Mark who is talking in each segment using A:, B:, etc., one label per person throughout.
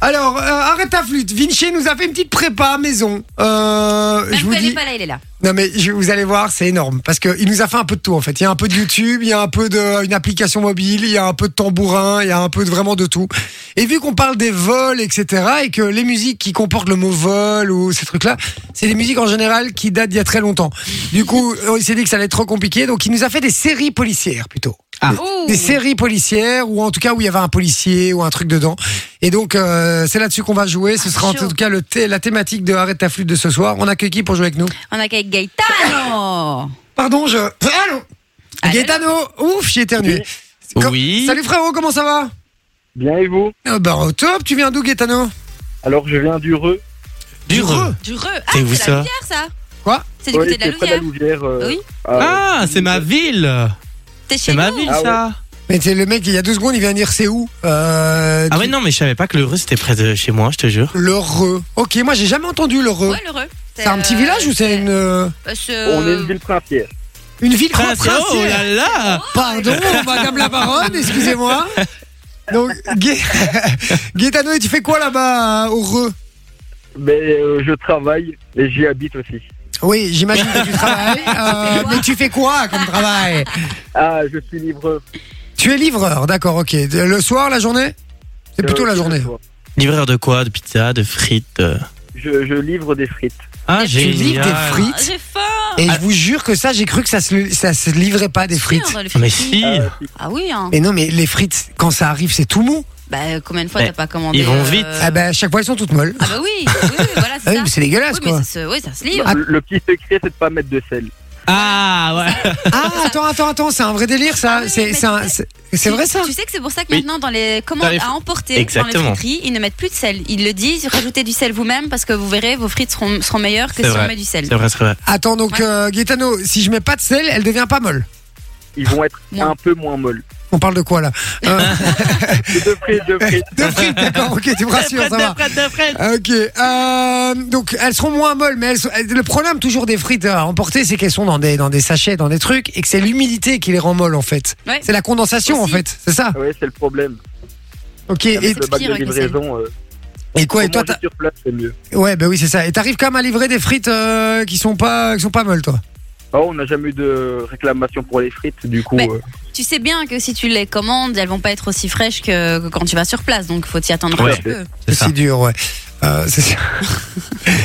A: Alors, euh, arrête ta flûte. Vinci nous a fait une petite prépa maison. Euh,
B: Même
A: je vous
B: quand elle
A: dis.
B: est pas là, il est là.
A: Non mais je- vous allez voir, c'est énorme parce que il nous a fait un peu de tout en fait. Il y a un peu de YouTube, il y a un peu de une application mobile, il y a un peu de tambourin, il y a un peu de vraiment de tout. Et vu qu'on parle des vols, etc. et que les musiques qui comportent le mot vol ou ces trucs-là, c'est des musiques en général qui datent d'il y a très longtemps. Du coup, on s'est dit que ça allait être trop compliqué, donc il nous a fait des séries policières plutôt. Des-
B: Ouh.
A: des séries policières ou en tout cas où il y avait un policier ou un truc dedans. Et donc euh, c'est là-dessus qu'on va jouer. Ce sera en
B: Ah, chaud.
A: tout cas le thé- la thématique de Arrête ta flûte de ce soir. On accueille qui pour jouer avec nous
B: On a qu'avec Gaëtano.
A: Pardon, je. Allô
B: Allô
A: Gaetano Ouf, j'ai éternué. Com-
C: Oui.
A: Salut frérot, comment ça va
D: Bien et vous
A: Ah Bah au top, tu viens d'où Gaetano
D: Alors je viens du Reux.
C: Du re.
B: Du re. Ah,
C: C'est où
B: c'est la
C: ça
B: Louvière, ça
A: Quoi
B: C'est du
D: Ouais,
B: côté de la
D: c'est près de la
B: Louvière.
D: Louvière. euh,
B: Oui.
D: à- Euh,
C: Ah, c'est ma ville.
B: T'es chez
C: C'est ma
B: nous.
C: ville,
D: Ah ouais.
C: ça.
A: Mais c'est le mec, il y a deux secondes, il vient de dire c'est où euh,
C: Ah
A: tu-
C: ouais, non, mais je savais pas que le rue c'était près de chez moi, je te jure.
A: Le Reux. Ok, moi j'ai jamais entendu le Reux.
B: Ouais, le re.
A: c'est un petit
B: euh,
A: village ou c'est une, euh,
B: euh, c'est-
D: On est une ville princière.
A: une ville
C: Prince,
A: princière
C: oh là là
A: Pardon, madame la baronne, excusez-moi. Donc, Gai- Gaetano, et tu fais quoi là-bas euh, au Reux
D: Mais euh, je travaille et j'y habite aussi.
A: Oui, j'imagine que tu travailles. euh, mais tu fais quoi comme travail
D: Ah, je suis livreur.
A: Tu es livreur, d'accord, ok. Le soir, la journée C'est
D: Euh,
A: plutôt la
D: je-
A: journée.
C: Livreur de quoi De pizza, de frites de-
D: Je, je livre des frites.
C: Ah,
B: Tu
C: génial.
A: livres des frites
B: Ah, J'ai faim.
A: Et je vous jure que ça, j'ai cru que ça se, ça se livrait pas des frites.
B: Merde, le
C: Ah, Mais
B: frites.
C: si,
A: Euh.
D: Ah, si.
B: Ah oui, hein.
A: Mais non, mais les frites, quand ça arrive, c'est tout mou.
B: Bah, combien de fois
C: Mais
B: t'as pas commandé
C: ils vont
B: euh,
C: vite.
A: Ah ben, à chaque fois, elles sont toutes molles.
B: Ah bah oui, oui, oui, voilà,
A: Ah
B: c'est
A: oui,
B: ça.
A: mais c'est dégueulasse,
B: Oui, mais
A: quoi. Ah,
B: ça se, oui, ça se livre.
D: Le, le petit secret, c'est de pas mettre de sel.
C: Ah ouais.
A: Ah, attends, attends, attends, c'est un vrai délire,
B: Ah
A: ça.
B: oui,
A: C'est
B: mais
A: c'est un- c'est- c'est
B: Tu-
A: vrai, ça
B: Tu sais que c'est pour ça que
C: Oui.
B: maintenant dans les commandes
C: Dans les fri-
B: à emporter dans les
C: Exactement.
B: friteries, ils ne mettent plus de sel. Ils le disent, rajoutez du sel vous-même parce que vous verrez vos frites seront, seront meilleures que si
C: C'est
B: on
C: vrai.
B: met du sel.
C: C'est vrai, c'est vrai.
A: Attends, donc,
B: Ouais.
A: euh, Gaetano, si je mets pas de sel, elle devient pas molle.
D: Ils vont être
B: Moins.
D: un peu moins molles.
A: On parle de quoi, là Euh,
D: De frites, de frites.
A: De frites, d'accord, ok, tu me rassures, ça va.
C: de frites.
A: Ok, euh, donc elles seront moins molles, mais elles sont- elles- le problème toujours des frites à emporter, c'est qu'elles sont dans des, dans des sachets, dans des trucs, et que c'est l'humidité qui les rend molles en fait.
B: Ouais.
A: C'est la condensation en
B: Aussi.
A: fait, c'est ça
D: Ah Ouais, c'est le problème.
A: Ok, et,
D: Avec le bac
B: pire
D: de
B: avec le sel.
D: livraison, euh,
A: et quoi
D: faut
A: et toi,
D: manger sur place, c'est mieux.
A: t'as- Ouais, bah oui, c'est ça. Et t'arrives quand même à livrer des frites euh, qui, sont pas, qui sont pas molles, toi
D: Ah, on n'a jamais eu de réclamation pour les frites, du coup.
B: Mais-
D: euh,
B: Tu sais bien que si tu les commandes, elles vont pas être aussi fraîches que, que quand tu vas sur place, donc faut t'y attendre un
C: Ouais.
B: petit peu.
C: C'est ça.
A: si dur, ouais. Euh, c'est ça.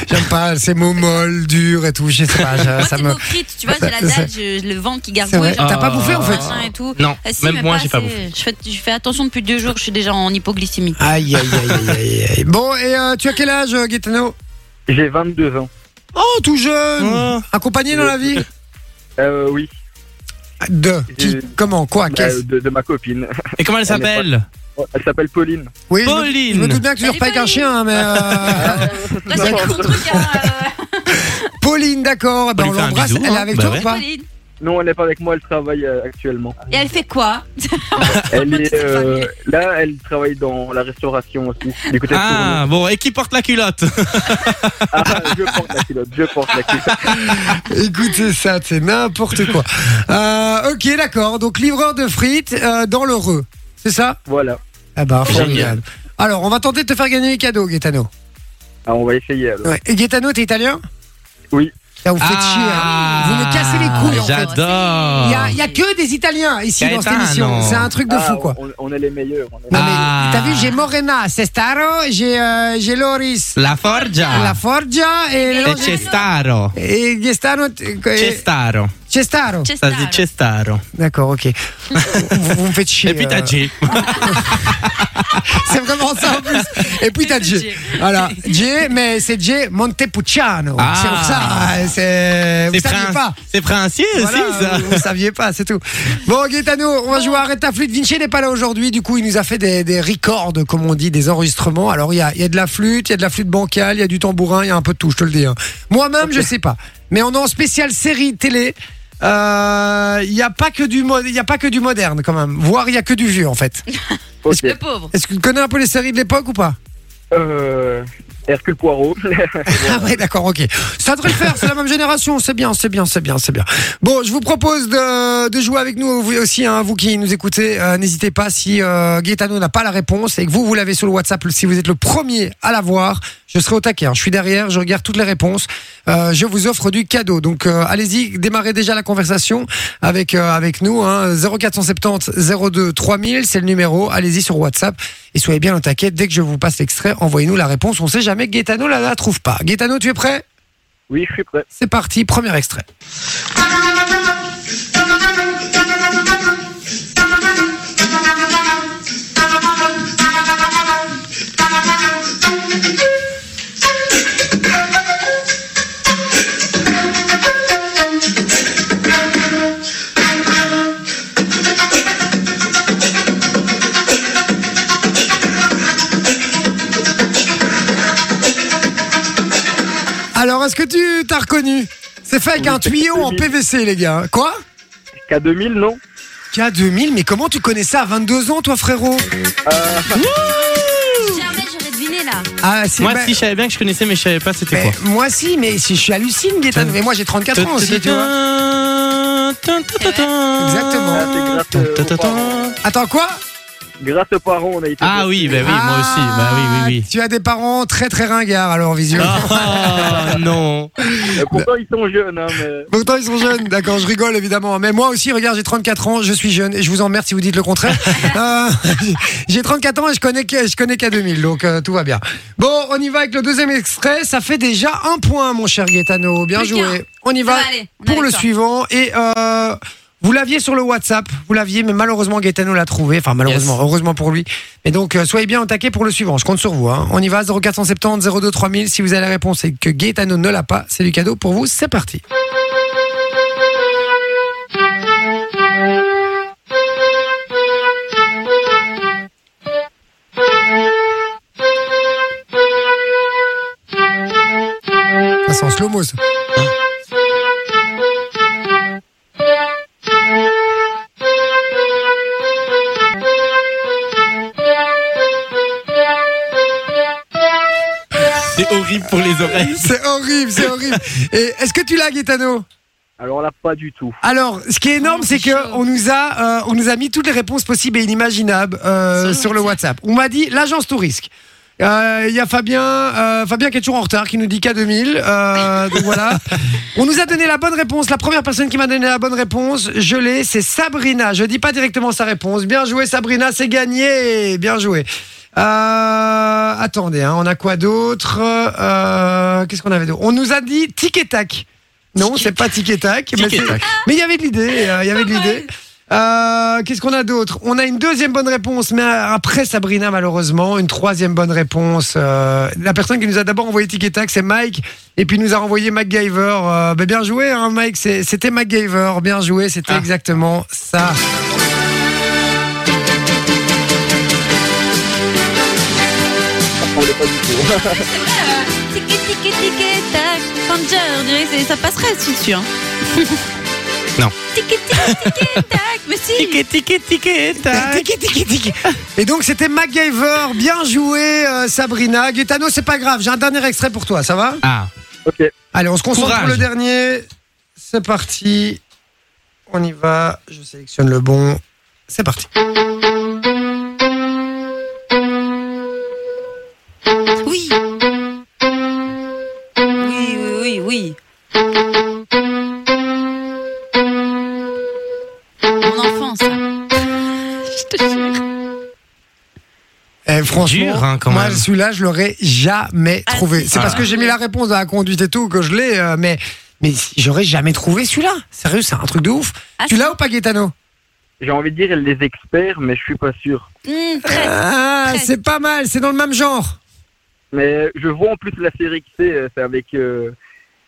A: J'aime pas ces mots molles, durs et tout, je sais pas, je-
B: Moi,
A: ça
B: c'est
A: me.
B: nos frites, tu vois, j'ai la
A: C'est ça.
B: dalle, j'ai le ventre qui garde
A: C'est vrai. Ah,
B: j'ai envie
A: T'as pas
B: de
A: bouffé, en
B: manger,
A: fait
B: machin et tout.
C: Non,
B: Ah, si,
C: même
B: mais
C: moi
B: pas
C: j'ai pas
B: assez.
C: bouffé.
B: Je fais, je fais attention depuis deux jours, je suis déjà en hypoglycémie.
A: Aïe, aïe, aïe, aïe, aïe. Bon, et euh, tu as quel âge, euh, Gaetano
D: J'ai 22 ans.
A: Oh, tout jeune
C: Oh.
A: Accompagné dans la vie
D: Euh, oui,
A: De qui
D: Euh,
A: Comment
C: bah,
A: Quoi Qu'est-ce
D: euh, de, de ma copine.
C: Et comment elle
D: Elle est pas-
C: s'appelle
D: Elle s'appelle Pauline.
A: Oui, je me-
C: Pauline.
A: Je me doute bien que tu
B: Salut,
A: dors pas avec un
B: Pauline.
A: chien, hein, mais. euh,
B: Après, Ah, c'est
D: Ah. Non,
B: ton truc à
A: Pauline, d'accord. eh ben,
C: On
A: on
C: lui fait un
A: l'embrasse.
C: bisou,
A: Elle est
C: hein.
A: avec
C: Bah
A: toi
C: ouais.
A: ou pas
B: Pauline.
D: Non, elle n'est pas avec moi, elle travaille euh, actuellement.
B: Et elle fait quoi
D: Elle
B: Toute
D: est,
B: cette famille.
D: euh, là, elle travaille dans la restauration aussi. Du côté de
C: Ah bon, et qui porte la culotte
D: Tournon. Ah, je porte la culotte, je porte la culotte.
A: Écoutez ça, c'est n'importe quoi. Euh, ok, d'accord. Donc, livreur de frites euh, dans l'heureux. C'est ça
D: Voilà.
A: Ah bah, formidable.
C: Génial.
A: Alors, on va tenter de te faire gagner les cadeaux, Gaetano.
D: Ah, on va essayer alors.
A: Ouais. Et Gaetano, t'es italien
D: Oui.
A: Là, vous faites
C: Ah.
A: chier. hein. Vous me cassez les couilles, en fait.
C: J'adore.
A: Il y a, il y a que des Italiens ici dans cette
C: Ah. Gaetano.
A: émission. C'est un truc de
D: Ah,
A: fou, quoi.
D: On, on est les meilleurs. on est-
A: Non, mais
C: Ah.
A: t'as vu, j'ai Morena, Sestaro, j'ai euh, j'ai Loris.
C: La
A: La
C: Forgia.
A: Forgia et
C: Et
A: l'autre-
C: Cestaro.
A: Et Gestano. et-
C: Cestaro.
A: Cestaro.
C: Ça se dit Cestaro.
A: D'accord, ok. vous, vous me faites chier.
C: Et puis t'as
A: euh,
C: J.
A: C'est vraiment ça en plus. Et puis t'as J. Voilà. J, mais c'est J Montepucciano.
C: Ah.
A: C'est pour ça. euh, C'est. Vous
C: C'est
A: saviez
C: prince-
A: pas.
C: C'est princier
A: Voilà, euh,
C: aussi ça.
A: vous, vous saviez pas, c'est tout. Bon, Gaetano, on va jouer à Arrête ta flûte. Vinci n'est pas là aujourd'hui, du coup, il nous a fait des, des records, comme on dit, des enregistrements. Alors, il y a, il y a de la flûte, il y a de la flûte bancale, il y a du tambourin, il y a un peu de tout, je te le dis. hein. Moi-même, je sais pas. Mais on est en spécial série télé. Euh, Il n'y a pas que du mo- il y a pas que du moderne quand même, voire il y a que du vieux en fait.
D: Ok.
B: Le pauvre.
A: Est-ce que tu connais un peu les séries de l'époque ou pas
D: Euh, Hercule Poirot.
A: Ah ouais, d'accord, ok. Ça devrait le faire, c'est la même génération, c'est bien, c'est bien, c'est bien, c'est bien. Bon, je vous propose de, de jouer avec nous, vous aussi, hein, vous qui nous écoutez, euh, n'hésitez pas, si euh, Gaetano n'a pas la réponse et que vous, vous l'avez sur le WhatsApp, si vous êtes le premier à l'avoir, je serai au taquet, hein. je suis derrière, je regarde toutes les réponses, Euh, je vous offre du cadeau. Donc euh, allez-y, démarrez déjà la conversation avec, euh, avec nous, hein, 0470 02 3000, c'est le numéro, allez-y sur WhatsApp. Et soyez bien au taquet, dès que je vous passe l'extrait, envoyez-nous la réponse. On sait jamais que Gaetano la, la trouve pas. Gaetano, tu es prêt
D: Oui, je suis prêt.
A: C'est parti, premier extrait. Alors, est-ce que tu t'as reconnu C'est fait avec
D: Oui,
A: un
D: c'est
A: tuyau en
D: K2000.
A: PVC, les gars. Quoi
D: K2000, non
A: K2000, mais comment tu connais ça à 22 ans, toi, frérot
D: Euh,
B: Jamais j'aurais deviné là.
A: Ah, c'est
C: Moi,
A: ma-
C: si, je savais bien que je connaissais, mais je savais pas c'était
A: mais
C: quoi.
A: moi, si, mais si je suis hallucine, Gaetano. Mais moi, j'ai 34 ans aussi, tu vois.
C: Exactement.
D: Ah, c'est grâce, euh, aux parents.
A: Attends, quoi
D: grâce aux parents, on a été.
C: Ah oui, bah oui, moi aussi. Bah oui, oui, oui.
A: Ah, Tu as des parents très, très ringards, alors, visuellement. Ah.
C: Oh non.
D: Euh, pourtant, ils sont jeunes, hein, mais.
A: Pourtant, Euh, ils sont jeunes. D'accord, je rigole évidemment. Mais moi aussi, regarde, j'ai 34 ans, je suis jeune et je vous emmerde si vous dites le contraire. Euh, j'ai 34 ans et je connais, que- je connais qu'à 2000, donc euh, tout va bien. Bon, on y va avec le deuxième extrait. Ça fait déjà un point, mon cher Gaetano. Bien
B: Plus
A: joué.
B: qu'un.
A: On y va
B: Ça va aller, on est
A: pour
B: avec
A: le
B: toi.
A: suivant. Et euh, vous l'aviez sur le WhatsApp, vous l'aviez, mais malheureusement, Gaetano l'a trouvé. Enfin, malheureusement,
C: Yes.
A: heureusement pour lui. Mais donc, euh, soyez bien au taquet pour le suivant. Je compte sur vous. hein. On y va, 0470 02 3000. Si vous avez la réponse et que Gaetano ne l'a pas, c'est du cadeau pour vous. C'est parti. Ça, c'est en slow-mo, ça.
C: C'est horrible pour les oreilles.
A: C'est horrible, c'est horrible. Et est-ce que tu l'as, Gaetano
D: Alors là, pas du tout.
A: Alors, ce qui est énorme,
B: Oh,
A: c'est
B: c'est chaud.
A: que on nous a, euh, on nous a mis toutes les réponses possibles et inimaginables euh,
B: Sur
A: sur le WhatsApp. On m'a dit l'agence tout risque. Euh, Il y a Fabien, euh, Fabien qui est toujours en retard, qui nous dit K2000. Euh, donc voilà. On nous a donné la bonne réponse. La première personne qui m'a donné la bonne réponse, je l'ai, c'est Sabrina. Je dis pas directement sa réponse. Bien joué, Sabrina, c'est gagné. Bien joué. Euh, attendez, hein, on a quoi d'autre Euh, Qu'est-ce qu'on avait d'autre On nous a dit tic et tac. Non, c'est pas tic et tac. mais
C: Tic et
A: c'est-
C: tac.
A: Mais il y avait de l'idée. euh, Il y avait de l'idée. Euh, Qu'est-ce qu'on a d'autre On a une deuxième bonne réponse, mais après Sabrina, malheureusement, une troisième bonne réponse. Euh, la personne qui nous a d'abord envoyé Tic et Tac, c'est Mike, et puis il nous a renvoyé MacGyver. Euh, ben, bien joué, hein, Mike, c'est- c'était MacGyver, bien joué, c'était
C: Ah.
A: exactement ça.
D: On l'est pas du tout.
B: euh, Ticket, ticket, ticket, tac. Conjure, on dirait que c'est- ça passerait tout dessus. Hein.
C: Non.
B: Ticket, ticket, ticket, tac. Mais si.
C: Ticket, ticket, ticket, tac.
A: Tic et tic et tic. Et donc c'était MacGyver, bien joué, euh, Sabrina. Gaetano, c'est pas grave, j'ai un dernier extrait pour toi, ça va
C: Ah,
D: Ok.
A: Allez, on se concentre
C: Courage.
A: pour le dernier. C'est parti. On y va. Je sélectionne le bon. C'est parti.
B: Oui. Oui, oui, oui, oui. Mon enfant, ça. Je te jure.
A: Eh, franchement,
C: Dur, hein, quand
A: moi,
C: même.
A: celui-là, je l'aurais jamais
B: Ah,
A: trouvé.
B: si.
A: C'est parce que j'ai mis la réponse dans la conduite et tout que je l'ai, euh, mais, mais j'aurais jamais trouvé celui-là. Sérieux, c'est un truc de ouf.
B: Ah,
A: tu l'as ou pas, Gaetano
D: J'ai envie de dire les experts, mais je suis pas sûr.
B: Hum, très.
A: Ah,
B: presque.
A: c'est pas mal, c'est dans le même genre.
D: Mais je vois en plus la série que c'est, euh, c'est avec euh,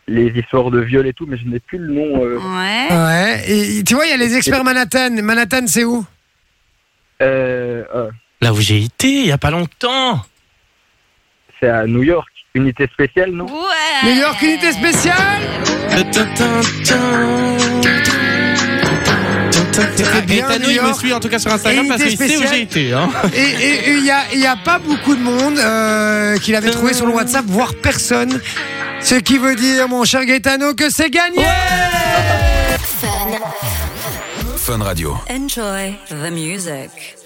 D: les histoires de viol et tout, mais je n'ai plus le nom. euh.
B: Ouais.
A: Ouais. Et tu vois, il y a les experts Manhattan. Manhattan, c'est où
D: Euh, euh,
C: là où j'ai été, il y a pas longtemps.
D: c'est à New York, unité spéciale, non
B: Ouais.
A: New York, unité spéciale
C: Tin, tin, tin. Tin,
A: C'était bien
C: Gaetano,
A: New
C: il Ah, me
A: York.
C: suit en tout cas sur Instagram
A: Et
C: parce
A: idée
C: qu'il sait où
A: spéciale.
C: j'ai été. Hein.
A: Et- Et et il n'y a, il y a pas beaucoup de monde euh, qui l'avait trouvé sur le WhatsApp, voire personne. Ce qui veut dire, mon cher Gaetano, que c'est gagné
E: Fun Radio.
F: Enjoy the music.